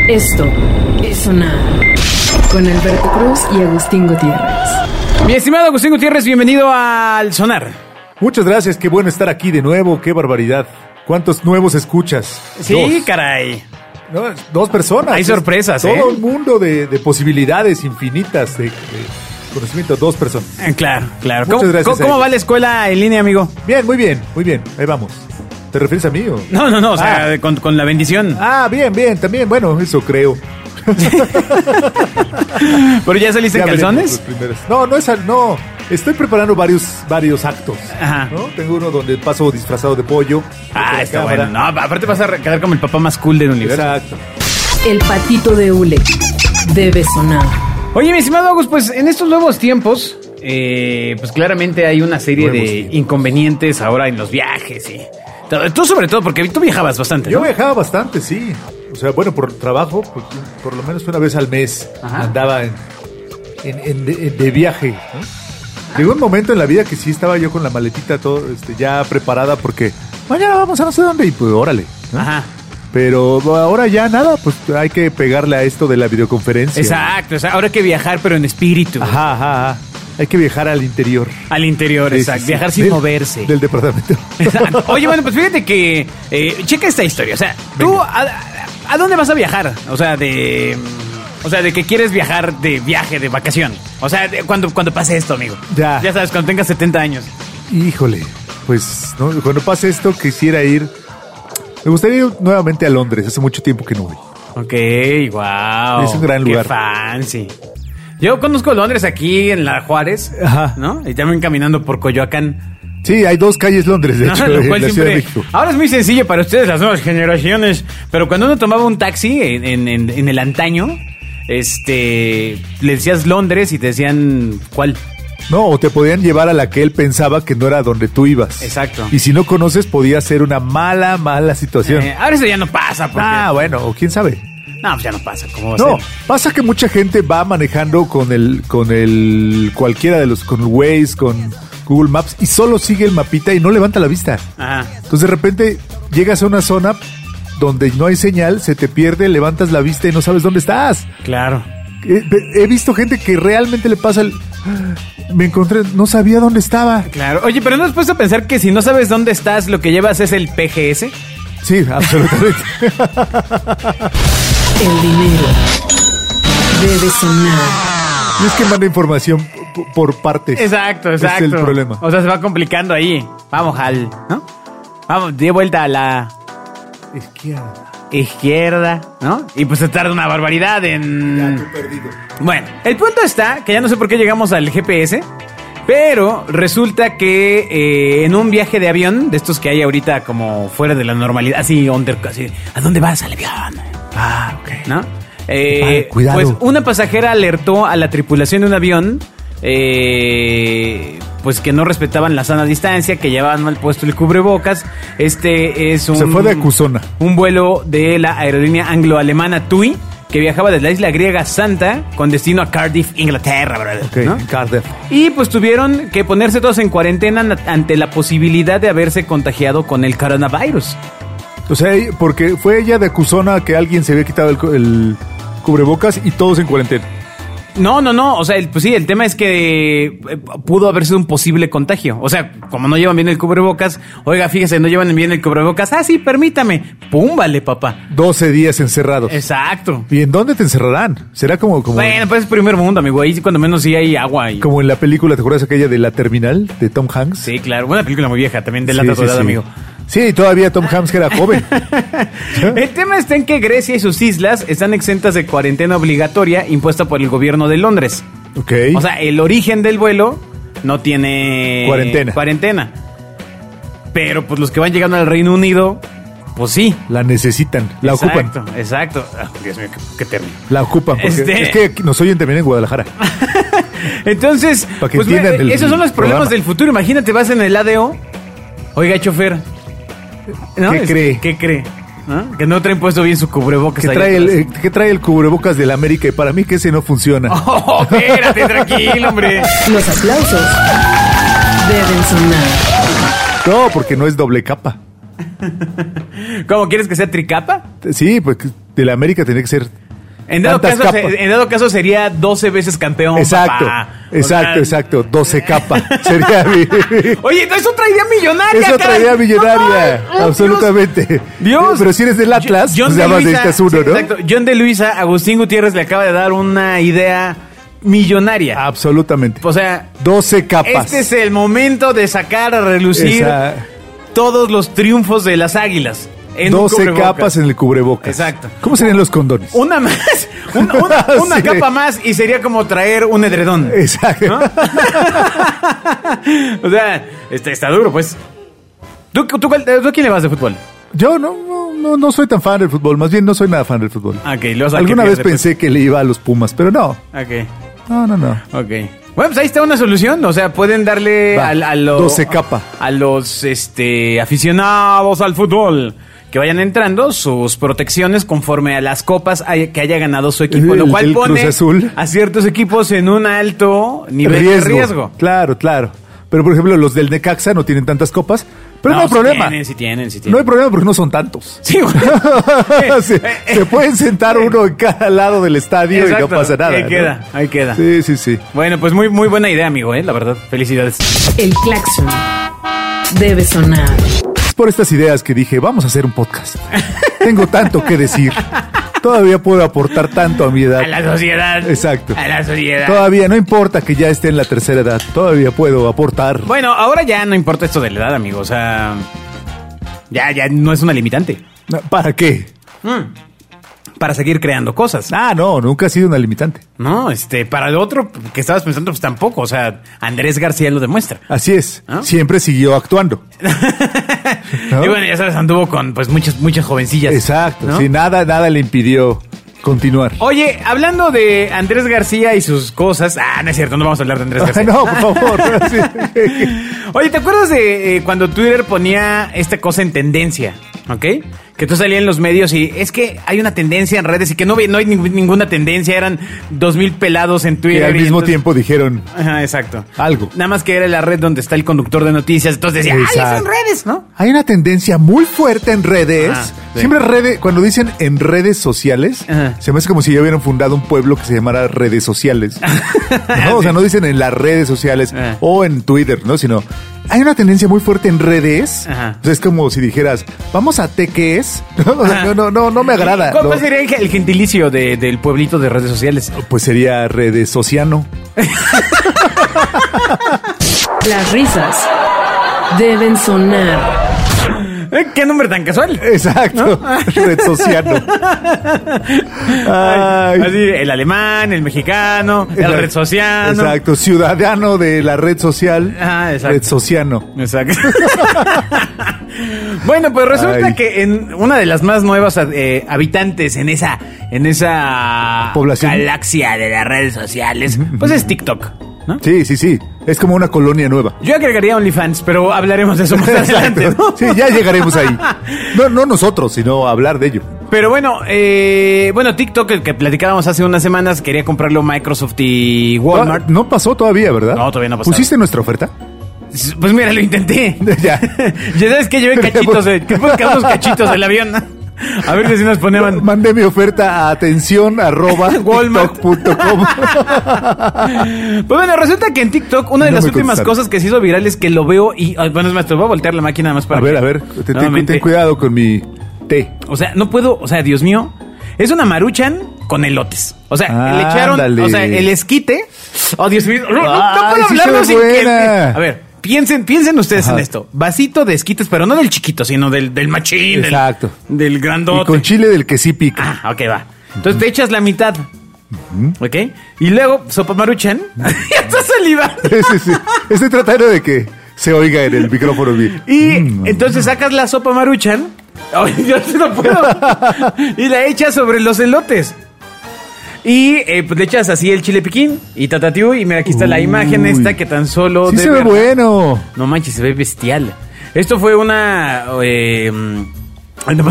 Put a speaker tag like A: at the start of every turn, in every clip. A: Esto es sonar con Alberto Cruz y Agustín Gutiérrez.
B: Mi estimado Agustín Gutiérrez, bienvenido al Sonar.
C: Muchas gracias, qué bueno estar aquí de nuevo, qué barbaridad. ¿Cuántos nuevos escuchas?
B: Sí, caray.
C: No, dos personas.
B: Hay
C: Es
B: sorpresas,
C: Todo
B: ¿eh?
C: un mundo de, de posibilidades infinitas de, de conocimiento, dos personas.
B: Eh, Claro, claro.
C: Muchas
B: ¿Cómo,
C: gracias,
B: cómo- cómo
C: eh.
B: va la escuela en línea, amigo?
C: Bien, muy bien, muy bien, ahí vamos. ¿Te refieres a mí o...?
B: No, no, no, o sea, con, con la bendición.
C: Ah, bien, bien, también, bueno, eso creo.
B: ¿Pero ya saliste
C: Ya
B: en
C: veremos
B: calzones?
C: los primeros. No, no es... al- No, estoy preparando varios, varios actos.
B: Ajá.
C: ¿no? Tengo uno donde paso disfrazado de pollo. con
B: Ah,
C: la
B: está
C: cámara.
B: bueno. No, aparte vas a re- quedar como el papá más cool del universo.
C: Exacto.
A: El patito de hule debe sonar.
B: Oye, mi estimado Agus, pues en estos nuevos tiempos, eh, pues claramente hay una serie
C: Nuevos
B: de
C: tiempos.
B: inconvenientes ahora en los viajes y... todo. Tú sobre todo, porque tú viajabas bastante,
C: Yo
B: ¿no?
C: viajaba bastante, sí. O sea, bueno, por trabajo, por, por lo menos una vez al mes
B: Ajá.
C: andaba en, en- en- de, en- de viaje. ¿no? Llegó un momento en la vida que sí estaba yo con la maletita todo, este, ya preparada porque mañana vamos a no sé dónde y pues órale. ¿no?
B: Ajá.
C: Pero ahora ya nada, pues hay que pegarle a esto de la videoconferencia.
B: Exacto, o sea, ahora hay que viajar, pero en espíritu.
C: Ajá, ajá, ajá. Hay que viajar al interior.
B: Al interior,
C: Sí, sí,
B: exacto.
C: sí.
B: Viajar sin
C: Del-
B: moverse.
C: Del departamento.
B: Exacto. Oye, bueno, pues fíjate que. eh, checa esta historia. O sea, tú. A, a dónde vas a viajar? O sea, de. mm, O sea, de que quieres viajar de viaje, de vacación. O sea, de- cuando, cuando pase esto, amigo.
C: Ya.
B: Ya sabes, cuando tengas 70 años.
C: Híjole, pues no, cuando pase esto quisiera ir. Me gustaría ir nuevamente a Londres, hace mucho tiempo que no voy.
B: Ok, wow.
C: Es un gran lugar.
B: Qué fancy. Yo conozco Londres aquí en la Juárez,
C: Ajá.
B: ¿no? Y también caminando por Coyoacán.
C: Sí, hay dos calles Londres, de
B: No,
C: hecho,
B: Ah, lo
C: en la
B: cual
C: Ciudad de
B: siempre-
C: México.
B: Ahora es muy sencillo para ustedes, las nuevas generaciones. Pero cuando uno tomaba un taxi en, en- en- en el antaño, este le decías Londres y te decían cuál.
C: No, o te podían llevar a la que él pensaba que no era donde tú ibas.
B: Exacto.
C: Y si no conoces, podía ser una mala, mala situación.
B: Eh, ahora eso ya no pasa, porque-
C: ah, bueno, o quién sabe.
B: No, pues ya no pasa. ¿cómo va a
C: No,
B: ser?
C: pasa que mucha gente va manejando con el, con el, cualquiera de los, con Waze, con Google Maps, y solo sigue el mapita y no levanta la vista.
B: Ajá.
C: Entonces de repente llegas a una zona donde no hay señal, se te pierde, levantas la vista y no sabes dónde estás.
B: Claro.
C: He, he visto gente que realmente le pasa el... "Ah, Me encontré, no sabía dónde estaba.
B: Claro. Oye, pero no has puesto a pensar que si no sabes dónde estás, lo que llevas es el PGS.
C: Sí, absolutamente.
A: El dinero debe sonar.
C: y es que manda información p- por partes.
B: Exacto, exacto.
C: Es el problema.
B: O sea, se va complicando ahí. Vamos al, ¿no? Vamos, de vuelta a la
C: Izquierda.
B: izquierda, ¿no? Y pues se tarda una barbaridad en...
C: perdido.
B: Bueno, el punto está que ya no sé por qué llegamos al GPS, pero resulta que eh, en un viaje de avión, de estos que hay ahorita como fuera de la normalidad, así, under, así ¿a dónde vas al avión?
C: Ah, ok.
B: ¿No? Eh,
C: Vale, cuidado.
B: Pues una pasajera alertó a la tripulación de un avión. eh, pues que no respetaban la sana distancia, que llevaban mal puesto el cubrebocas. Este es un.
C: Se fue de acusona.
B: Un vuelo de la aerolínea anglo-alemana TUI que viajaba desde la isla griega Santa con destino a Cardiff, Inglaterra, brother,
C: Ok,
B: ¿no?
C: en Cardiff.
B: Y pues tuvieron que ponerse todos en cuarentena na- ante la posibilidad de haberse contagiado con el coronavirus.
C: O sea, porque fue ella de acusona que alguien se había quitado el, cu- el cubrebocas y todos en cuarentena.
B: No, no, no. O sea, el- pues sí, el tema es que eh, pudo haber sido un posible contagio. O sea, como no llevan bien el cubrebocas, oiga, fíjese, no llevan bien el cubrebocas. Ah, sí, permítame. Pum, vale, papá.
C: 12 días encerrados.
B: Exacto.
C: ¿Y en dónde te encerrarán? Será como, como,
B: Bueno, pues es primer mundo, amigo. Ahí sí, cuando menos sí hay agua. Y...
C: como en la película, ¿te acuerdas aquella de La Terminal de Tom Hanks?
B: Sí, claro. Una película muy vieja también de
C: Sí,
B: la
C: sí, sí.
B: amigo.
C: Sí, todavía Tom Hanks era joven. ¿Eh?
B: El tema está en que Grecia y sus islas están exentas de cuarentena obligatoria impuesta por el gobierno de Londres.
C: ok.
B: O sea, el origen del vuelo no tiene
C: Cuarentena.
B: cuarentena. Pero pues los que van llegando al Reino Unido, pues sí.
C: la necesitan, la
B: exacto,
C: ocupan.
B: Exacto. Ah, Dios mío, qué, qué término.
C: La ocupan. Porque
B: Este-
C: Es que aquí nos oyen también en Guadalajara.
B: Entonces,
C: Para que
B: pues, mira,
C: entiendan el
B: esos son los problemas
C: programa.
B: del futuro. Imagínate, vas en el ADO. Oiga, chofer. ¿no?
C: ¿Qué
B: Es-
C: cree?
B: ¿Qué cree? ¿No? Que no traen puesto bien su cubrebocas.
C: ¿Qué
B: allá
C: trae, el,
B: atrás.
C: eh, ¿Qué trae el cubrebocas del América? Y para mí que ese no funciona.
B: Oh, espérate, tranquilo, hombre.
A: Los aplausos deben sonar.
C: No, porque no es doble capa.
B: ¿Cómo quieres que sea tricapa?
C: Sí, porque de la América tenía que ser.
B: En dado,
C: tantas
B: caso, se-
C: capas.
B: en dado caso sería 12 veces campeón.
C: exacto,
B: papá. O
C: exacto,
B: sea,
C: exacto. 12 capas. Sería mi-
B: Oye, es otra idea millonaria.
C: Es otra
B: caray.
C: idea millonaria.
B: No, no,
C: absolutamente.
B: Dios.
C: Pero si eres del Atlas,
B: John
C: pues
B: de
C: nada más
B: Luisa,
C: necesitas uno,
B: sí,
C: ¿no?
B: Exacto. John de Luisa, Agustín Gutiérrez le acaba de dar una idea millonaria.
C: Ah, Absolutamente.
B: O sea,
C: 12 capas.
B: este es el momento de sacar a relucir
C: Esa-
B: todos los triunfos de las águilas. en un
C: 12
B: cubrebocas.
C: capas en el cubrebocas.
B: Exacto.
C: ¿Cómo serían los condones?
B: Una más, un- una, una
C: Sí.
B: capa más y sería como traer un edredón.
C: Exacto.
B: ¿no? o sea, está, está duro, pues. ¿Tú, tú, cuál- eh, tú a quién le vas de fútbol?
C: Yo no, no, no, no soy tan fan del fútbol, más bien no soy nada fan del fútbol.
B: Ah, ok, lo vas a
C: Alguna
B: que pues.
C: vez
B: pierde,
C: pensé que le iba a los Pumas, pero no.
B: Ok,
C: No, no, no.
B: ok. Bueno, pues ahí está una solución. O sea, pueden darle
C: Va,
B: al- a, los.
C: 12 capa.
B: A los este, aficionados al fútbol. Que vayan entrando sus protecciones conforme a las copas haya- que haya ganado su equipo. lo
C: El-
B: cual
C: el
B: pone
C: Cruz Azul.
B: a ciertos equipos en un alto nivel de riesgo.
C: Claro, claro. Pero por ejemplo, los del Necaxa no tienen tantas copas, pero no, hay
B: si
C: problema.
B: Tienen, si tienen, si tienen.
C: no hay problema porque no son tantos.
B: Sí, güey.
C: se, se pueden sentar uno en cada lado del estadio y no
B: Eh, Exacto.
C: pasa nada.
B: Ahí
C: ¿no?
B: queda, ahí queda.
C: Sí, sí, sí.
B: Bueno, pues muy, muy buena idea, amigo, ¿eh? la verdad. Felicidades.
A: El claxon debe sonar.
C: Es por estas ideas que dije, vamos a hacer un podcast. Tengo tanto que decir. Todavía puedo aportar tanto a mi edad.
B: A la sociedad.
C: Exacto.
B: A la sociedad.
C: Todavía, no importa que ya esté en la tercera edad, todavía puedo aportar.
B: Bueno, ahora ya no importa esto de la edad, amigo. O sea, ya, ya no es una limitante
C: ¿Para qué?
B: para seguir creando cosas.
C: Ah, no, nunca ha sido una limitante.
B: No, este, para el otro que estabas pensando, pues tampoco. O sea, Andrés García lo demuestra.
C: Así es.
B: ¿Ah?
C: Siempre siguió actuando. ¿No?
B: Y bueno, ya sabes, anduvo con pues muchas, muchas jovencillas.
C: Exacto.
B: ¿no?
C: Sí, nada, nada le impidió continuar.
B: Oye, hablando de Andrés García y sus cosas. Ah, no es cierto, no vamos a hablar de Andrés García.
C: no, por favor. Sí.
B: Oye, ¿te acuerdas de eh, cuando Twitter ponía esta cosa en tendencia? ¿Ok? Que tú salías en los medios y es que hay una tendencia en redes y que no, vi- no hay ning- ninguna tendencia, eran dos mil pelados en Twitter.
C: Que al
B: y
C: mismo
B: entonces-
C: tiempo dijeron,
B: Ajá, exacto.
C: Algo.
B: Nada más que era la red donde está el conductor de noticias, entonces decía, ¡ay, son
C: Exacto.
B: redes! ¿No?
C: Hay una tendencia muy fuerte en redes.
B: Ajá, sí.
C: Siempre redes, cuando dicen en redes sociales,
B: Ajá.
C: se me hace como si ya hubieran fundado un pueblo que se llamara redes sociales. no, o sea, no dicen en las redes sociales
B: Ajá.
C: o en Twitter, ¿no? Sino hay una tendencia muy fuerte en redes.
B: Ajá.
C: O sea, es como si dijeras, vamos a teques. No, o sea,
B: Ajá.
C: no, no, no, no me agrada.
B: ¿Cuál
C: No.
B: sería el el gentilicio de- del pueblito de redes sociales?
C: Pues sería redes sociano.
A: Las risas deben sonar.
B: Eh, ¿Qué nombre tan casual?
C: Exacto. Red sociano. Ay.
B: Así, el alemán, el mexicano, el,
C: Exacto.
B: red social.
C: Exacto, ciudadano de la red social.
B: Ah, exacto.
C: Red sociano.
B: Exacto. bueno, pues resulta
C: Ay.
B: que en una de las más nuevas eh, habitantes en esa en esa
C: Población.
B: galaxia de las redes sociales, pues es TikTok, ¿no?
C: Sí, sí, sí. Es como una colonia nueva.
B: Yo agregaría OnlyFans, pero hablaremos de eso más
C: Exacto.
B: adelante. ¿no?
C: Sí, ya llegaremos ahí. No, no nosotros, sino hablar de ello.
B: Pero bueno, eh, bueno, TikTok, el que platicábamos hace unas semanas, quería comprarlo Microsoft y Walmart.
C: No pasó todavía, ¿verdad?
B: No, todavía no ha pasado.
C: ¿Pusiste nuestra oferta?
B: Pues mira, lo intenté.
C: Ah. Ya.
B: ya sabes que llevé cachitos, eh, que buscaba unos cachitos del avión. A ver si nos ponían.
C: Mandé mi oferta a atención arroba
B: Walmart.
C: tiktok.com.
B: Pues bueno, resulta que en TikTok una de
C: No
B: las
C: me
B: últimas
C: contestaron.
B: cosas que se hizo viral es que lo veo y... ay, Bueno, es más, te voy a voltear la máquina nada más para...
C: A ver,
B: que-
C: a ver. te- te- Ten,
B: nuevamente.
C: cuidado con mi té.
B: O sea, no puedo... O sea, Dios mío. Es una maruchan con elotes. O sea, le echaron...
C: Ándale.
B: O sea, el esquite... Oh, Dios mío. No, no- no
C: Ay,
B: puedo
C: sí se
B: hablarlo
C: ve
B: sin que...
C: buena.
B: A ver, piensen, piensen ustedes
C: Ajá.
B: en esto. Vasito de esquites, pero no del chiquito, sino del, del machín. del-
C: Exacto.
B: Del, grandote.
C: Y con chile del que sí pica.
B: Ah, ok, va. Entonces te echas la mitad. ¿Ok? Y luego, sopa maruchan. ya estás salivando.
C: Sí, sí, sí. Estoy tratando de que se oiga en el micrófono bien.
B: Y
C: Mm.
B: entonces sacas la sopa maruchan. Ay, yo no puedo. y la echas sobre los elotes. Y eh, pues le echas así el chile piquín y tatatiú. Y mira, aquí está la imagen
C: Uy.
B: esta que tan solo.
C: Sí
B: de
C: se ve
B: ver-
C: bueno.
B: No manches, se ve bestial. Esto fue una. eh, mm,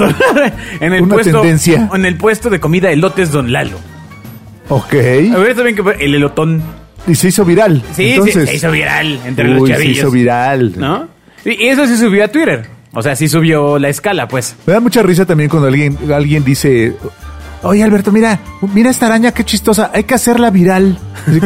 B: en el
C: Una
B: puesto.
C: tendencia.
B: En el puesto de comida elotes Don Lalo.
C: Ok.
B: A ver, también que el elotón.
C: Y se hizo viral.
B: Sí, sí,
C: Entonces,
B: se hizo viral entre los
C: Uy, se
B: chavillos.
C: hizo viral.
B: ¿No? Y y eso sí subió a Twitter. O sea, sí subió la escala, pues.
C: Me da mucha risa también cuando alguien, alguien dice, Oye, Alberto, mira, mira esta araña, qué chistosa. Hay que hacerla viral. Así,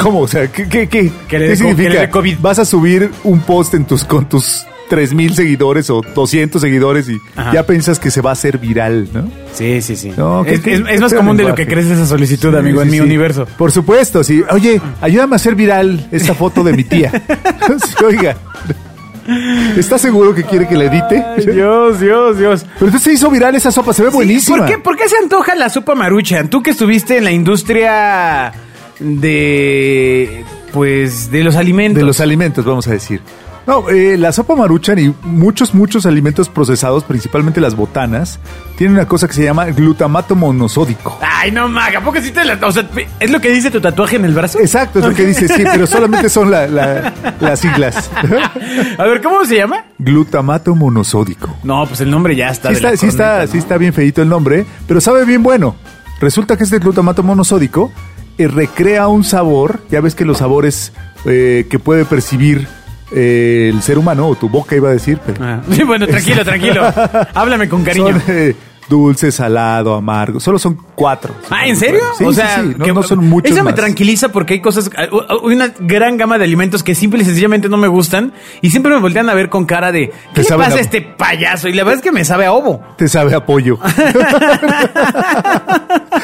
C: ¿Cómo? O sea, ¿qué, qué, qué,
B: Que le
C: qué
B: dé co- que
C: significa?
B: le dé COVID.
C: Vas a subir un post en tus, con tus 3.000 seguidores o 200 seguidores y
B: Ajá.
C: ya piensas que se va a hacer viral, ¿no?
B: Sí, sí, sí.
C: No, qué-
B: es,
C: qué-
B: es- es más
C: qué
B: común de lo
C: lenguaje.
B: que crees esa solicitud,
C: Sí,
B: amigo, en
C: sí,
B: mi
C: sí.
B: universo.
C: Por supuesto, sí. Oye, ayúdame a hacer viral esta foto de mi tía. Sí, Oiga, ¿estás seguro que quiere que la edite?
B: Ay, Dios, Dios, Dios.
C: Pero entonces se hizo viral esa sopa, se ve buenísima.
B: ¿Por qué, ¿Por qué se antoja la sopa maruchan? Tú que estuviste en la industria de. Pues de los alimentos.
C: De los alimentos, vamos a decir. No, eh, la sopa maruchan y muchos, muchos alimentos procesados, principalmente las botanas, tienen una cosa que se llama glutamato monosódico.
B: Ay, no maga, ¿a poco sí te la- O sea, ¿es lo que dice tu tatuaje en el brazo?
C: Exacto, es lo que dice, sí, pero solamente son la- la- las siglas.
B: A ver, ¿cómo se llama?
C: glutamato monosódico.
B: No, pues el nombre ya está.
C: Sí
B: de la
C: está, sí, está,
B: corneta, ¿no?
C: sí está bien feito el nombre, pero sabe bien bueno. Resulta que este glutamato monosódico eh, recrea un sabor, ya ves que los sabores eh, que puede percibir eh, el ser humano, o tu boca iba a decir, pero
B: Ah. Sí, bueno, tranquilo, tranquilo. Háblame con cariño.
C: son eh, dulce, salado, amargo, solo son cuatro.
B: Ah, ¿en serio?
C: Sí,
B: o
C: sí,
B: sea,
C: sí, no,
B: que-
C: no son muchos
B: Eso me
C: más.
B: tranquiliza porque hay cosas, hay una gran gama de alimentos que simple y sencillamente no me gustan y siempre me voltean a ver con cara de
C: Te
B: ¿qué le
C: saben
B: pasa a
C: a-
B: este payaso? Y la verdad es que me sabe a ovo.
C: Te sabe apoyo.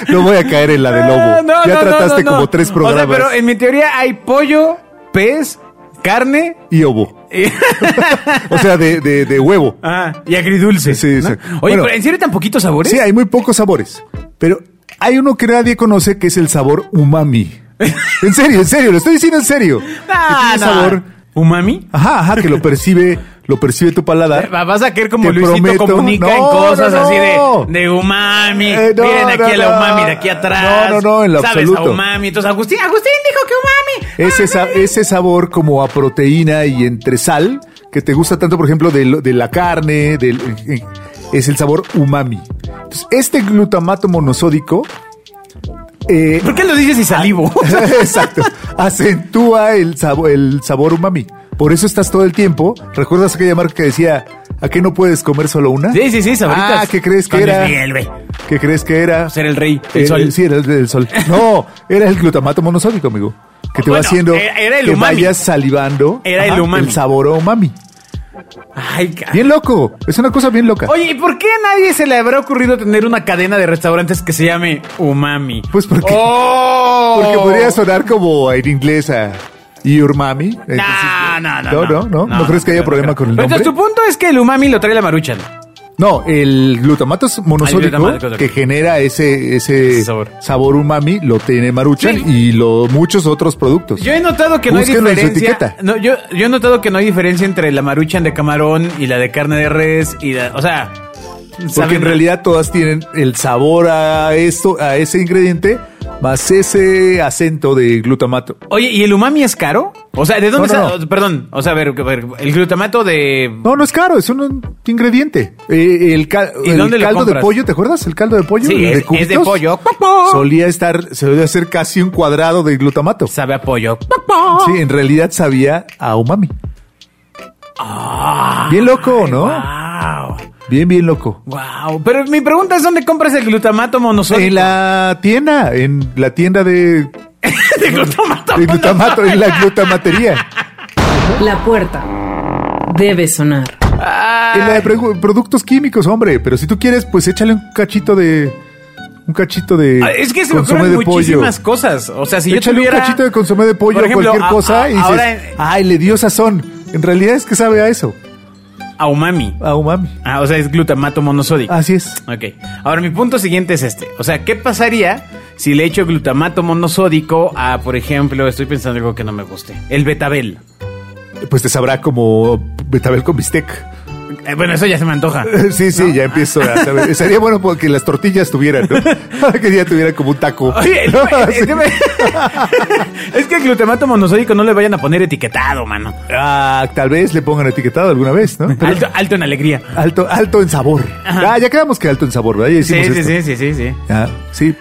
C: no voy a caer en la de lobo.
B: Ah, no,
C: ya
B: no, no,
C: trataste
B: no, no.
C: como tres programas
B: O sea, pero en mi teoría hay pollo, pez, carne
C: y obo.
B: y,
C: O sea, de, de- de huevo.
B: ah, y agridulce.
C: Sí,
B: ¿no?
C: exacto.
B: Oye,
C: Bueno.
B: pero ¿en serio tan poquitos sabores?
C: Sí, hay muy pocos sabores. Pero hay uno que nadie conoce que es el sabor umami. en serio, en serio, lo estoy diciendo en serio.
B: Ah,
C: Que tiene
B: no.
C: sabor.
B: ¿Umami?
C: Ajá, ajá, que lo percibe, lo percibe tu paladar.
B: Va- Vas a caer como
C: Te
B: Luisito
C: prometo-
B: comunica en
C: No,
B: cosas
C: no,
B: así
C: no.
B: de, de umami.
C: Eh, no,
B: Miren aquí
C: no,
B: el
C: no.
B: umami de aquí atrás.
C: No, no, no, en lo
B: ¿Sabes?
C: absoluto.
B: A umami. Entonces, Agustín, Agustín dijo que umami.
C: Es esa-
B: Umami.
C: ese sabor como a proteína y entre sal que te gusta tanto, por ejemplo, de, lo- de la carne, del, es el sabor umami. Entonces, este glutamato monosódico eh,
B: ¿Por qué lo dices y salivo?
C: Exacto. Acentúa el, sabo- el sabor umami. Por eso estás todo el tiempo. ¿Recuerdas aquella marca que decía, ¿a qué no puedes comer solo una?
B: sí, sí, sí, sabritas.
C: Ah, ¿qué crees que
B: Con Luis
C: era?
B: Miguel, güey.
C: ¿Qué crees que era?
B: Ser el rey, el
C: Era-
B: sol.
C: Sí, era el del sol. No, era el glutamato monosódico, amigo. Que te
B: Bueno,
C: va haciendo
B: era- era el
C: que
B: umami.
C: vayas salivando
B: Era el umami.
C: el sabor a umami.
B: Ay, ca-
C: Bien loco. Es una cosa bien loca.
B: Oye, ¿y por qué a nadie se le habrá ocurrido tener una cadena de restaurantes que se llame Umami?
C: Pues porque-
B: ¡Oh!
C: Porque podría sonar como en inglés a Your Mami. Entonces,
B: No, no, no.
C: No, no, no. ¿No crees que haya problema con el
B: Pero
C: nombre?
B: Entonces, tu punto es que el umami lo trae la maruchan.
C: No, el glutamato es
B: Ah, el
C: monosódico
B: glutamato, ok.
C: que genera ese, ese
B: Ese sabor.
C: umami lo tiene Maruchan
B: Sí.
C: y lo, muchos otros productos.
B: Yo he notado que no
C: Búsquenlo
B: hay
C: en su
B: diferencia.
C: etiqueta.
B: No, yo, yo he notado que no hay diferencia entre la maruchan de camarón y la de carne de res y la, o sea,
C: Porque
B: saben-
C: en realidad todas tienen el sabor a esto, a ese ingrediente, más ese acento de glutamato.
B: Oye, ¿y el umami es caro? O sea, ¿de dónde
C: No, no,
B: sa-
C: no.
B: Perdón, o sea, a ver, a ver, el glutamato de
C: No, no es caro, es un ingrediente. Eh, el cal-
B: ¿Y
C: el
B: dónde lo
C: caldo de
B: compras?
C: pollo, ¿te acuerdas? El caldo de pollo.
B: Sí,
C: el
B: es- es de
C: cubitos,
B: pollo. ¡Popo!
C: Solía estar, se debe hacer casi un cuadrado de glutamato.
B: sabe a pollo.
C: Sí, en realidad sabía a umami.
B: Ah,
C: bien loco, ¿no?
B: Wow.
C: Bien, bien loco.
B: Wow. Pero mi pregunta es ¿dónde compras el glutamato monosódico?
C: En la tienda, en la tienda de,
B: de glutamato.
C: de glutamato, en la glutamatería.
A: La puerta debe sonar.
B: Ah.
C: En la de pregu- productos químicos, hombre. Pero si tú quieres, pues échale un cachito de. Un cachito de.
B: Ah, Es que se me
C: consomé
B: ocurren
C: de pollo.
B: muchísimas cosas. O sea, si yo
C: échale
B: tuviera...
C: un cachito de consomé de pollo
B: Por ejemplo,
C: a cualquier
B: a-
C: cosa
B: a-
C: y dices,
B: ahora en-
C: ay, le dio sazón. En realidad es que sabe a eso,
B: A umami.
C: a umami.
B: Ah, o sea, es glutamato monosódico.
C: Así es.
B: Ok. Ahora, mi punto siguiente es este. O sea, ¿qué pasaría si le echo glutamato monosódico a, por ejemplo, estoy pensando en algo que no me guste? El betabel.
C: Pues te sabrá como betabel con bistec.
B: Eh, bueno, eso ya se me antoja.
C: Sí, sí, ya empiezo a saber. Sería bueno porque las tortillas tuvieran, ¿no? que ya tuvieran como un taco.
B: Oye,
C: ¿No?
B: eh,
C: Así.
B: dime- es que el glutamato monosódico no le vayan a poner etiquetado, mano.
C: Ah, tal vez le pongan etiquetado alguna vez, ¿no? Pero-
B: Alto, alto en alegría.
C: alto, alto en sabor.
B: Ajá.
C: Ah, ya quedamos que alto en sabor, ¿verdad? Ya
B: Sí,
C: hicimos
B: sí,
C: esto.
B: sí, sí, sí, sí.
C: Ah, sí.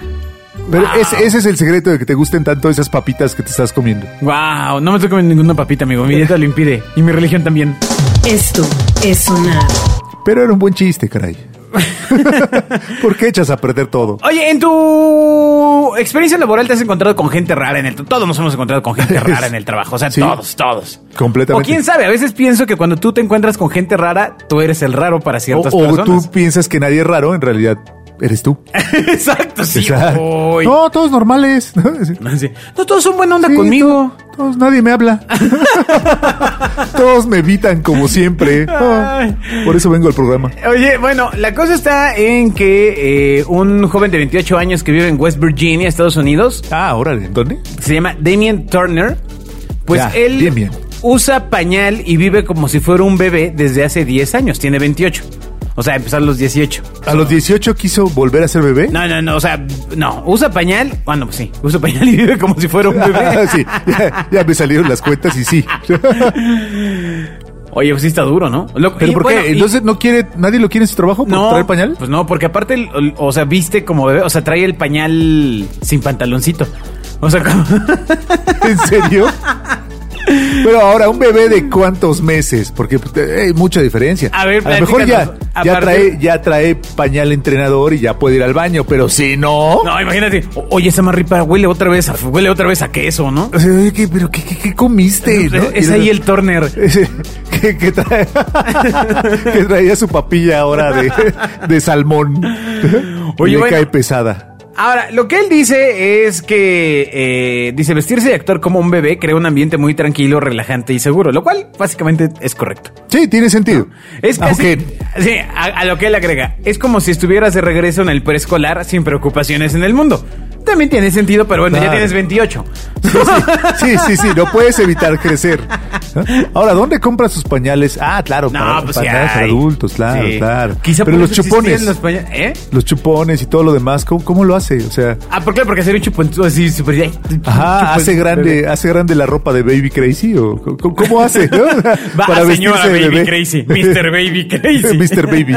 C: Pero
B: Wow.
C: ese, ese es el secreto de que te gusten tanto esas papitas que te estás comiendo.
B: Wow, no me estoy comiendo ninguna papita, amigo. Mi dieta lo impide. Y mi religión también.
A: Esto es sonar.
C: Pero era un buen chiste, caray. ¿Por qué echas a perder todo?
B: Oye, en tu experiencia laboral te has encontrado con gente rara en el todos nos hemos encontrado con gente rara en el trabajo, o sea,
C: Sí.
B: todos, todos.
C: Completamente.
B: O quién sabe, a veces pienso que cuando tú te encuentras con gente rara, tú eres el raro para
C: O,
B: ciertas
C: o
B: personas.
C: tú piensas que nadie es raro, en realidad eres tú.
B: Exacto, sí.
C: Exacto.
B: uy.
C: No, todos normales.
B: Sí. No todos son buena onda
C: Sí,
B: conmigo.
C: to- todos, nadie me habla. todos me evitan como siempre. Ah,
B: Ay.
C: por eso vengo al programa.
B: Oye, bueno, la cosa está en que eh, un joven de 28 años que vive en West Virginia, Estados Unidos,
C: Ah, órale, ¿dónde?
B: se llama Damien Turner. Pues
C: Ya,
B: él
C: bien, bien.
B: usa pañal y vive como si fuera un bebé desde hace 10 años. Tiene 28. O sea, empezar los 18.
C: ¿A los 18 quiso volver a ser bebé?
B: No, no, no, o sea, no, usa pañal, bueno, pues sí, usa pañal y vive como si fuera un
C: Ah,
B: bebé.
C: sí, ya, ya me salieron las cuentas y sí.
B: Oye, pues sí está duro, ¿no? Lo-
C: ¿Pero
B: y
C: por qué?
B: bueno, y-
C: ¿Entonces no quiere, nadie lo quiere en su trabajo por traer pañal?
B: Pues no, porque aparte, el- el- o sea, viste como bebé, o sea, trae el pañal sin pantaloncito. O sea, como-
C: ¿En serio? Pero ahora, ¿un bebé de cuántos meses? Porque pues, eh, hay mucha diferencia.
B: A ver,
C: lo mejor ya,
B: platícanos. A
C: ya,
B: partir-
C: trae, ya trae pañal entrenador y ya puede ir al baño, pero si no...
B: no, imagínate, o- oye, esa marripa huele otra vez, a, huele otra vez a queso, ¿no?
C: O sea, oye, ¿qué- ¿Pero qué, qué- qué comiste?
B: Es-
C: no?
B: es
C: Y
B: ahí
C: luego-
B: el Turner.
C: Ese- que, que trae- que traía su papilla ahora de, de salmón.
B: Oye,
C: Oye,
B: bueno.
C: cae pesada.
B: Ahora, lo que él dice es que, eh, dice, vestirse y actuar como un bebé crea un ambiente muy tranquilo, relajante y seguro, lo cual básicamente es correcto.
C: Sí, tiene sentido.
B: Es casi,
C: Aunque
B: sí, a, a lo que él agrega, es como si estuvieras de regreso en el preescolar sin preocupaciones en el mundo. También tiene sentido, pero bueno, ya
C: Claro.
B: tienes 28.
C: Sí, sí, sí, no puedes evitar crecer. ¿no? Ahora, ¿dónde compras sus pañales? Ah, claro,
B: No,
C: para,
B: pues
C: pañales
B: sí hay.
C: adultos, claro,
B: Sí.
C: claro.
B: Quizá
C: Pero
B: por
C: los
B: eso
C: chupones,
B: existían los paña- ¿Eh?
C: los chupones y todo lo demás, ¿cómo, cómo lo hace? O sea,
B: Ah, ¿por qué? Porque hacer un oh, chupón así súper... ay,
C: ajá,
B: chupón-
C: hace grande, hace grande la ropa de Baby Crazy o cómo, cómo hace? no?
B: Va, señora
C: vestirse de
B: Baby
C: bebé.
B: Crazy, Mr. Baby Crazy.
C: Mr. Baby,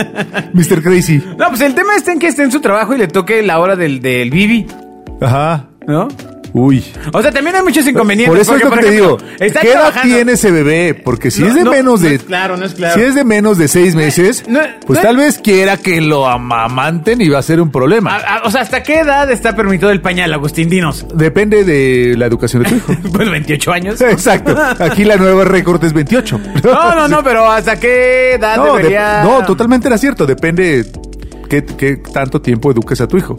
C: Mr. Crazy.
B: No, pues el tema está en que esté en su trabajo y le toque la hora del, del Bibi,
C: Ajá.
B: ¿no?
C: Uy.
B: O sea, también hay muchos inconvenientes.
C: Por eso es
B: porque,
C: lo que
B: por
C: te digo.
B: ejemplo, está
C: ¿Qué edad
B: trabajando-
C: tiene ese bebé? Porque si
B: No,
C: es de
B: no,
C: menos
B: no
C: de.
B: es claro, no es claro.
C: Si es de menos de seis meses,
B: no,
C: pues
B: no
C: tal vez quiera que lo amamanten y va a ser un problema.
B: A- a- o sea, ¿hasta qué edad está permitido el pañal, Agustín Dinos?
C: Depende de la educación de tu hijo.
B: Pues 28 años.
C: Exacto. Aquí la nueva récord es 28.
B: No, no, no, pero ¿hasta qué edad
C: No, de-
B: debería...?
C: no, totalmente era cierto. Depende qué, qué tanto tiempo eduques a tu hijo.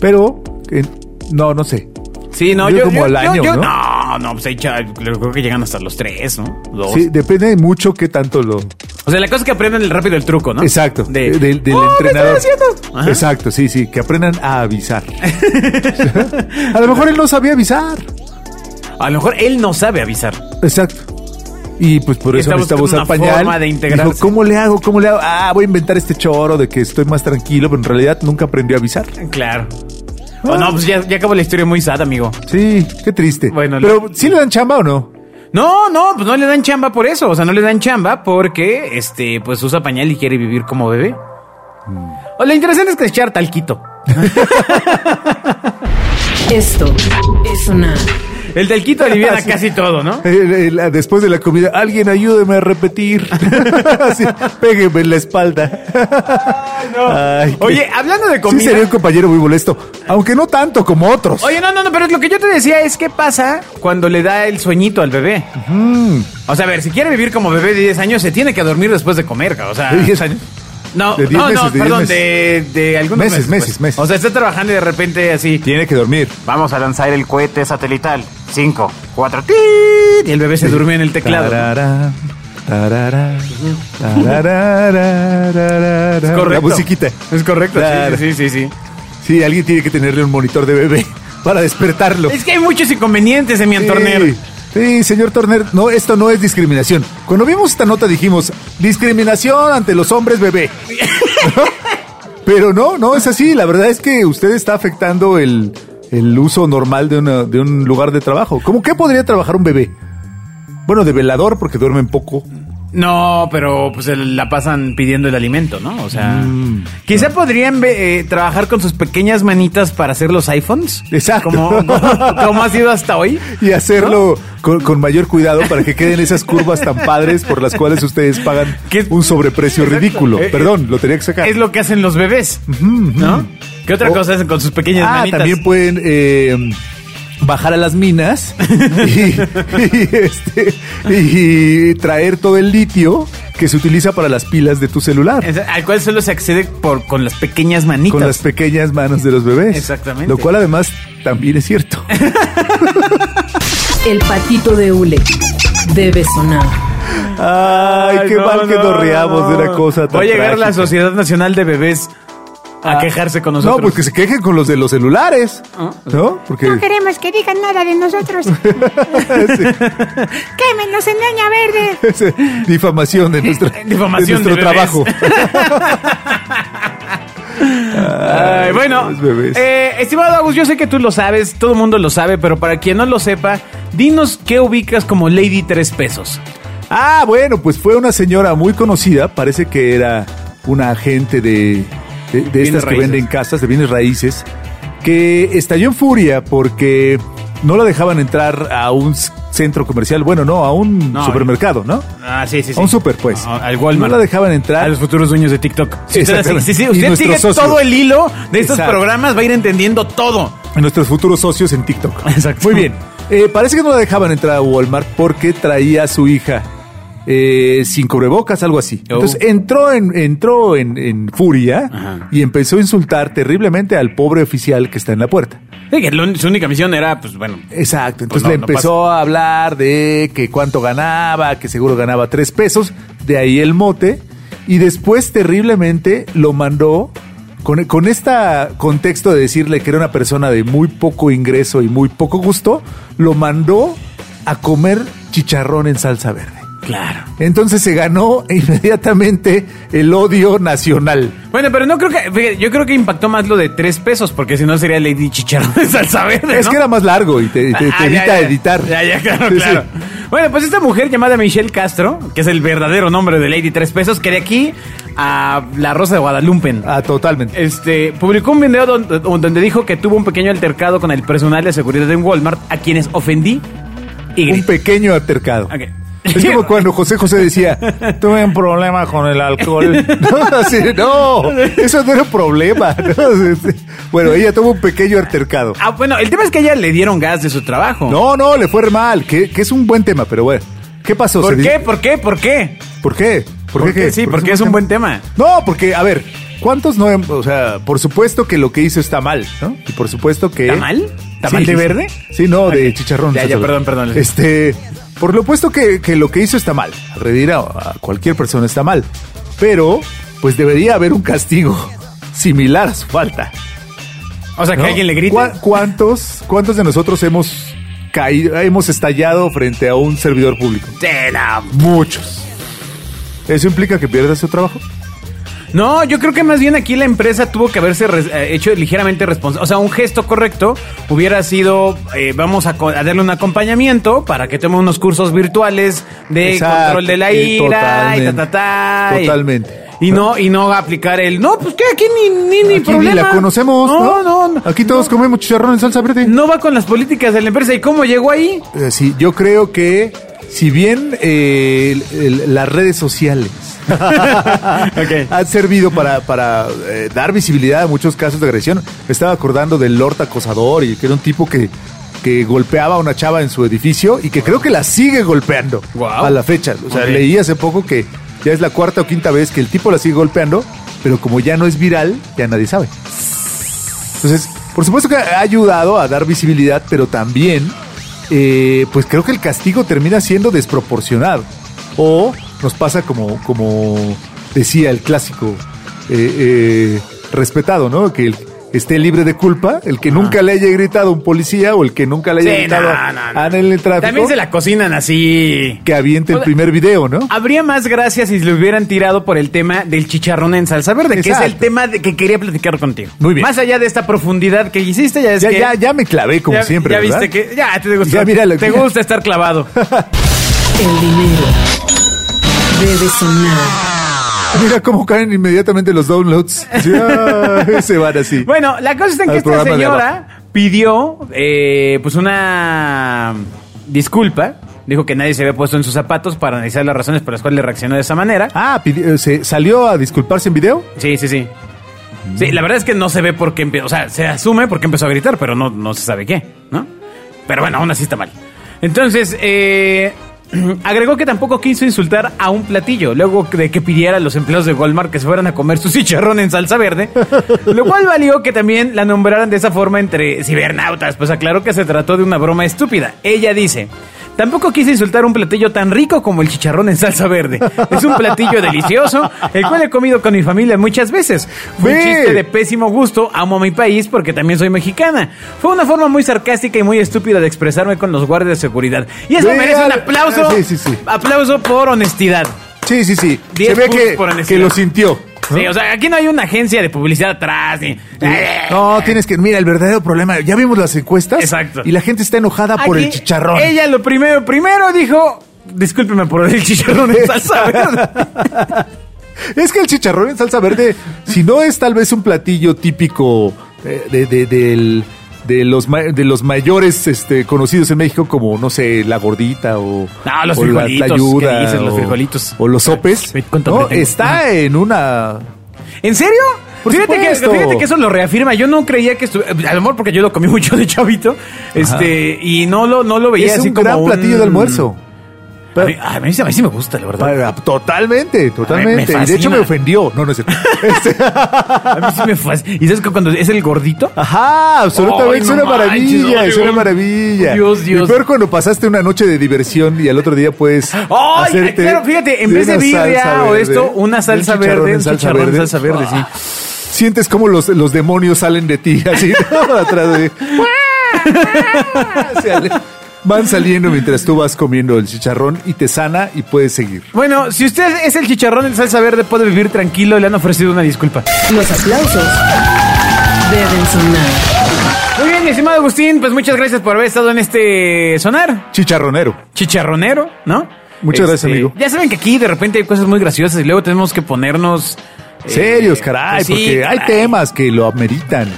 C: Pero, eh, no, no sé.
B: Sí, no,
C: Yo
B: yo...
C: como
B: yo-
C: al
B: yo-
C: año,
B: yo-
C: ¿no?
B: no, no, pues ahí cha- creo creo que llegan hasta los 3, ¿no? Dos.
C: Sí, depende mucho qué tanto lo,
B: O sea, la cosa es que aprendan el rápido el truco, ¿no?
C: Exacto.
B: Ah. De-
C: de- del del
B: ¡Oh, me estoy
C: entrenador.
B: haciendo! Ajá.
C: Exacto, sí, sí. Que aprendan a avisar. a lo mejor él no sabía avisar.
B: A lo mejor él no sabe avisar.
C: Exacto. Y pues por eso
B: Está
C: necesitaba
B: buscando
C: usar
B: una
C: pañal.
B: forma de integrarse.
C: Dijo, ¿cómo le hago? ¿Cómo le hago? Ah, voy a inventar este choro de que estoy más tranquilo, pero en realidad nunca aprendió a avisar.
B: Claro. O
C: Ah.
B: no, pues ya, ya acabó la historia muy sad, amigo.
C: Sí, qué triste.
B: Bueno,
C: pero
B: lo-
C: ¿sí le dan chamba o no?
B: No, no, pues no le dan chamba por eso. O sea, no le dan chamba porque, este, pues usa pañal y quiere vivir como bebé. O lo interesante es que es echar talquito.
A: Esto es sonar.
B: El talquito aliviana
C: Sí.
B: casi todo, ¿no?
C: El- el- después de la comida, alguien ayúdeme a repetir. Así, pégueme en la espalda. Ay, qué-
B: Oye, hablando de
C: Sí,
B: comida.
C: sería un compañero muy molesto. Aunque no tanto como otros.
B: Oye, no, no, no, pero lo que yo te decía es qué pasa cuando le da el sueñito al bebé.
C: Mm.
B: O sea, a ver, si quiere vivir como bebé de 10 años, se tiene que dormir después de comer, ca- o sea.
C: ¿De 10 años?
B: No,
C: De 10
B: no, no,
C: meses, de 10
B: perdón, de,
C: meses.
B: de algunos
C: Meses,
B: pues.
C: meses, meses.
B: O sea, está trabajando y de repente así.
C: Tiene que dormir.
B: Vamos a lanzar el cohete satelital. 5, 4, Y el bebé se durmió en el teclado.
C: Tarará, tarará, tarará, tarará.
B: Es correcto.
C: La musiquita.
B: Es correcto, sí,
C: Claro.
B: sí, sí, sí.
C: Sí, alguien tiene que tenerle un monitor de bebé para despertarlo.
B: Es que hay muchos inconvenientes en mi
C: Sí.
B: Antorner.
C: Sí, señor Turner, no, esto no es discriminación. Cuando vimos esta nota dijimos, discriminación ante los hombres bebé. ¿No? Pero no, no es así. La verdad es que usted está afectando el, el uso normal de, una- de un lugar de trabajo. ¿Cómo qué podría trabajar un bebé? Bueno, de velador, porque duermen poco.
B: No, pero pues el- la pasan pidiendo el alimento, ¿no? O sea,
C: Mm,
B: quizá podrían ve- eh, trabajar con sus pequeñas manitas para hacer los iPhones.
C: Exacto.
B: Como, como- como ha sido hasta hoy.
C: Y hacerlo con, con mayor cuidado para que queden esas curvas tan padres por las cuales ustedes pagan
B: Que-
C: un sobreprecio
B: Exacto.
C: ridículo.
B: Eh,
C: Perdón, lo tenía que sacar.
B: Es lo que hacen los bebés, ¿no? ¿Qué otra
C: O-
B: cosa hacen con sus pequeñas
C: Oh. Ah,
B: manitas?
C: también pueden eh, bajar a las minas y, y, este, y traer todo el litio que se utiliza para las pilas de tu celular.
B: Es- Al cual solo se accede por, con las pequeñas manitas.
C: Con las pequeñas manos de los bebés.
B: Exactamente.
C: Lo cual además también es cierto.
A: El patito de hule debe sonar.
C: Ay, qué
B: no,
C: mal que
B: no,
C: nos reamos
B: no,
C: de una
B: no.
C: cosa tan
B: Va a llegar la
C: trágica. Ah,
B: Sociedad Nacional de Bebés a quejarse con nosotros. Ah.
C: No, pues que se quejen con los de los celulares. ¿No? Porque.
D: No queremos que digan nada de nosotros. ¡Quémenos en leña verde!
C: es eh, difamación de, nuestra,
B: Difamación
C: de nuestro
B: de bebés.
C: trabajo.
B: Ay, bueno,
C: los bebés.
B: eh, estimado Agus, yo sé que tú lo sabes, todo el mundo lo sabe, pero para quien no lo sepa, dinos qué ubicas como Lady Tres Pesos.
C: Ah, bueno, pues fue una señora muy conocida, parece que era una agente de, de- de estas que
B: raíces.
C: venden casas, de bienes raíces, que estalló en furia porque no la dejaban entrar a un s- centro comercial, bueno, no, a un
B: No,
C: supermercado, ¿no?
B: Ah, sí, sí,
C: A un super, pues.
B: A- Ah, Al Walmart.
C: No la dejaban entrar.
B: A los futuros dueños de TikTok. Si usted, así-
C: Exactamente.
B: sí, sí,
C: Y
B: usted
C: nuestros
B: sigue
C: socios.
B: todo el hilo de estos
C: Exacto.
B: programas, va a ir entendiendo todo.
C: a nuestros futuros socios en TikTok.
B: Exacto.
C: Muy bien. Eh, parece que no la dejaban entrar a Walmart porque traía a su hija eh, sin cubrebocas, algo así.
B: Oh.
C: Entonces entró en, entró en, en furia
B: Ajá.
C: y empezó a insultar terriblemente al pobre oficial que está en la puerta.
B: Sí, que lo- su única misión era, pues bueno.
C: Eh, Exacto.
B: Pues
C: Entonces
B: no,
C: le
B: no
C: empezó a hablar de que cuánto ganaba, que seguro ganaba tres pesos, de ahí el mote. Y después terriblemente lo mandó con, con este contexto de decirle que era una persona de muy poco ingreso y muy poco gusto, lo mandó a comer chicharrón en salsa verde.
B: Claro.
C: Entonces se ganó inmediatamente el odio nacional.
B: Bueno, pero no creo que. fíjate, yo creo que impactó más lo de tres pesos, porque si no sería Lady Chicharrón de salsa verde.
C: Es
B: ¿no?
C: que era más largo y te, te- te
B: Ah, ya,
C: evita
B: ya.
C: editar.
B: Ya, ya, claro,
C: Sí, sí.
B: claro. Bueno, pues esta mujer llamada Michelle Castro, que es el verdadero nombre de Lady Tres Pesos, que de aquí a La Rosa de Guadalupe.
C: Ah, totalmente.
B: Este, publicó un video don- donde, dijo que tuvo un pequeño altercado con el personal de seguridad de Walmart, a quienes ofendí y
C: Un
B: grité.
C: pequeño altercado.
B: Ok.
C: Es como cuando José José decía, tuve un problema con el alcohol. No, así, no, eso no era un problema. ¿no? Este, Bueno, ella tuvo un pequeño altercado.
B: Ah, bueno, el tema es que a ella le dieron gas de su trabajo.
C: No, no, le fue re mal, que, que es un buen tema, pero bueno. ¿Qué pasó?
B: ¿Por
C: Se
B: qué?
C: di-
B: ¿Por qué? ¿Por qué?
C: ¿Por qué? ¿Por,
B: Porque
C: qué? qué?
B: sí,
C: ¿Por qué
B: porque es un buen tema.
C: No, porque, a ver, ¿cuántos no... hem- O sea, por supuesto que lo que hizo está mal, ¿no? Y por supuesto que...
B: ¿Está mal? ¿Tamal
C: Sí,
B: de
C: sí,
B: verde?
C: Sí, no, de
B: Ok.
C: chicharrón.
B: Ya, ya, perdón, perdón.
C: Este, por lo puesto que, que lo que hizo está mal. Agredir a, a cualquier persona está mal. Pero, pues debería haber un castigo similar a su falta.
B: O sea, que
C: ¿no?
B: alguien le grite.
C: ¿Cuá- ¿Cuántos, ¿Cuántos de nosotros hemos caído, hemos estallado frente a un servidor público?
B: Te la-
C: Muchos. ¿Eso implica que pierdas tu trabajo?
B: No, yo creo que más bien aquí la empresa tuvo que haberse res- eh, hecho ligeramente responsable. O sea, un gesto correcto hubiera sido, eh, vamos a, co- a darle un acompañamiento para que tome unos cursos virtuales de
C: Exacto,
B: control de la
C: sí,
B: ira y ta, ta,
C: totalmente,
B: ta, y-
C: totalmente.
B: Y no, y no aplicar el, no, pues que aquí ni, ni, ni
C: Aquí
B: problema.
C: ni la conocemos,
B: No,
C: ¿no?
B: no, no.
C: Aquí todos comemos chicharrón en salsa verde.
B: No va con las políticas de la empresa. ¿Y cómo llegó ahí?
C: Eh, sí, yo creo que si bien eh, el- el- las redes sociales
B: Ok.
C: han servido para, para, eh, dar visibilidad a muchos casos de agresión, me estaba acordando del Lord Acosador y que era un tipo que, que golpeaba a una chava en su edificio y que creo que la sigue golpeando
B: Guau.
C: a la fecha. O sea,
B: Ok.
C: leí hace poco que ya es la cuarta o quinta vez que el tipo la sigue golpeando, pero como ya no es viral, ya nadie sabe. Entonces, por supuesto que ha ayudado a dar visibilidad, pero también, eh, pues creo que el castigo termina siendo desproporcionado. O nos pasa como, como decía el clásico eh, eh, respetado, ¿no? Que el- esté libre de culpa, el que nunca le haya gritado a un policía o el que nunca le haya
B: Sí,
C: gritado a-
B: no, no, no.
C: a alguien en el tráfico,
B: También se la ah, cocinan así.
C: que aviente el
B: Hola.
C: primer video, ¿no?
B: Habría más gracias si le hubieran tirado por el tema del chicharrón en salsa verde, que es el
C: Exacto.
B: tema de que quería platicar contigo.
C: Muy bien.
B: Más allá de esta profundidad que hiciste, ya es
C: ya,
B: que...
C: ya, ya me clavé como
B: ya-
C: siempre,
B: Ya
C: ¿verdad?
B: viste que... Ya, te gusta,
C: Ya, mira lo
B: te
C: que-
B: gusta estar clavado.
A: El dinero debe sonar.
C: Mira cómo caen inmediatamente los downloads. Así, ah, se van así.
B: Bueno, la cosa está en
C: Al
B: que esta
C: programa de
B: señora pidió eh, pues una disculpa. Dijo que nadie se había puesto en sus zapatos para analizar las razones por las cuales le reaccionó de esa manera.
C: Ah, pidi- eh, ¿se salió a disculparse en video?
B: Sí, sí, sí. Sí, la verdad es que no se ve por qué empezó. O sea, se asume por qué empezó a gritar, pero no, no se sabe qué, ¿no? Pero bueno, aún así está mal. Entonces, eh, agregó que tampoco quiso insultar a un platillo, luego de que pidiera a los empleados de Walmart que se fueran a comer su chicharrón en salsa verde, lo cual valió que también la nombraran de esa forma entre cibernautas, pues aclaró que se trató de una broma estúpida. Ella dice... Tampoco quise insultar un platillo tan rico como el chicharrón en salsa verde. Es un platillo delicioso, el cual he comido con mi familia muchas veces. Fue un
C: Ve.
B: chiste de pésimo gusto, amo a mi país porque también soy mexicana. Fue una forma muy sarcástica y muy estúpida de expresarme con los guardias de seguridad. Y eso
C: Ve
B: merece un
C: al-
B: aplauso.
C: Sí, sí, sí.
B: Aplauso por honestidad.
C: Sí, sí, sí. Se
B: Diez
C: ve
B: puntos
C: que,
B: por honestidad.
C: que lo sintió.
B: Sí, o sea, aquí no hay una agencia de publicidad atrás ni. Eh,
C: Eh, No, tienes que. Mira, el verdadero problema. Ya vimos las encuestas.
B: Exacto.
C: Y la gente está enojada por
B: Aquí,
C: el chicharrón.
B: Ella lo primero, primero dijo. Discúlpeme por el chicharrón en salsa verde.
C: Es que el chicharrón en salsa verde, si no es tal vez un platillo típico eh, de, de- del- de los, ma- de los mayores este, conocidos en México, como, no sé, la gordita o,
B: Ah, los
C: o la
B: frijolitos,
C: tlayuda
B: ¿qué dices? Los
C: o-
B: frijolitos. Ah,
C: O los sopes.
B: Ve cuánto
C: No,
B: hambre tengo.
C: está en una...
B: ¿En serio?
C: Por
B: fíjate, que,
C: supuesto.
B: fíjate que eso lo reafirma. Yo no creía que estuviera. A lo mejor porque yo lo comí mucho de chavito. Este, y no lo, no lo veía
C: Es
B: así
C: un
B: como.
C: gran
B: un-
C: platillo de almuerzo.
B: A mí, a mí sí- a mí sí me gusta, la verdad.
C: Para- totalmente, totalmente. y de
B: fascina.
C: hecho me ofendió. No, no es cierto. Este,
B: A mí sí me fascina. ¿Y sabes que cuando es el gordito?
C: Ajá, absolutamente.
B: Ay,
C: es
B: no
C: una
B: manches,
C: maravilla,
B: oye,
C: es una
B: güey.
C: maravilla.
B: Dios, Dios.
C: Y peor cuando pasaste una noche de diversión y al otro día puedes
B: ¡Ay!
C: hacerte
B: claro, fíjate, en vez de
C: una
B: birria
C: salsa
B: o
C: verde,
B: esto, una
C: un
B: salsa
C: chicharrón
B: verde,
C: en
B: un chicharrón en salsa verde, sí.
C: Sientes como los, los demonios salen de ti, así, ¿no? atrás de... Sale- Van saliendo mientras tú vas comiendo el chicharrón y te sana y puedes seguir.
B: Bueno, si usted es el chicharrón en salsa verde, puede vivir tranquilo. Le han ofrecido una disculpa.
A: Los aplausos deben sonar.
B: Muy bien, mi estimado Agustín, pues muchas gracias por haber estado en este sonar.
C: Chicharronero.
B: chicharronero, ¿no? Este,
C: Muchas gracias, amigo.
B: Ya saben que aquí de repente hay cosas muy graciosas y luego tenemos que ponernos. eh,
C: Serios, caray,
B: pues sí,
C: porque hay
B: caray.
C: temas que lo ameritan.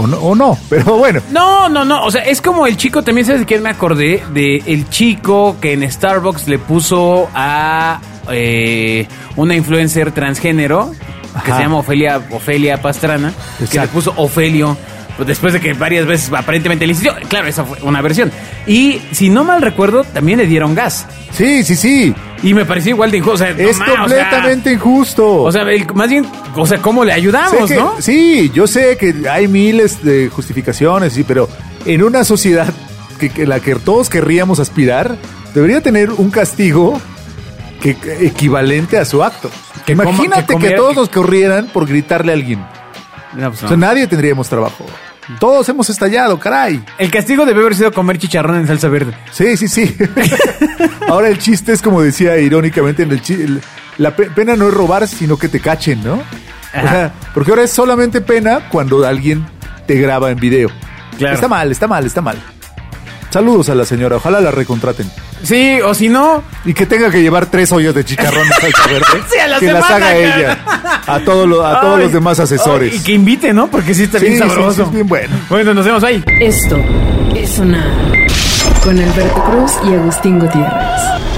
C: O no, o no, pero bueno.
B: No, no, no. O sea, es como el chico, también sabes de quién me acordé, de el chico que en Starbucks le puso a eh, una influencer transgénero que
C: Ajá.
B: se llama Ofelia, Ofelia Pastrana, que le
C: Exacto.
B: puso Ofelio. pues, Después de que varias veces aparentemente le insistió, claro, esa fue una versión. Y si no mal recuerdo, también le dieron gas.
C: Sí, sí, sí.
B: Y me pareció igual de injusto. o sea, no
C: Es
B: ma, o sea,
C: completamente injusto.
B: O sea, el- más bien, o sea, ¿cómo le
C: Sé
B: ayudamos,
C: que-
B: no?
C: Sí, yo sé que hay miles de justificaciones, sí, pero en una sociedad que, que la que todos querríamos aspirar, debería tener un castigo que, que- equivalente a su acto.
B: Que coma-
C: Imagínate
B: que
C: que,
B: comiera-
C: todos nos corrieran por gritarle a alguien.
B: No, pues, no. Mm.
C: O sea, nadie tendríamos trabajo. Todos hemos estallado, caray.
B: El castigo debe haber sido comer chicharrón en salsa verde.
C: Sí, sí, sí. Ahora el chiste es como decía irónicamente en el chi- el- la pe- pena no es robar, sino que te cachen, ¿no? O
B: Ajá.
C: sea, porque ahora es solamente pena cuando alguien te graba en video.
B: Claro.
C: Está mal, está mal, está mal. Saludos a la señora, ojalá la recontraten.
B: Sí, o si no,
C: Y que tenga que llevar tres ollas de chicharrón en salsa verde.
B: Sí, a la
C: que las
B: semana,
C: haga
B: cabrón.
C: ella. A, todo lo- a todos
B: Ay,
C: los demás asesores.
B: ay, y que invite, ¿no? Porque sí está
C: Sí,
B: bien
C: sí, sí,
B: sabroso.
C: es bien bueno.
B: Bueno, nos vemos ahí.
A: Esto es sonar. Con Alberto Cruz y Agustín Gutiérrez.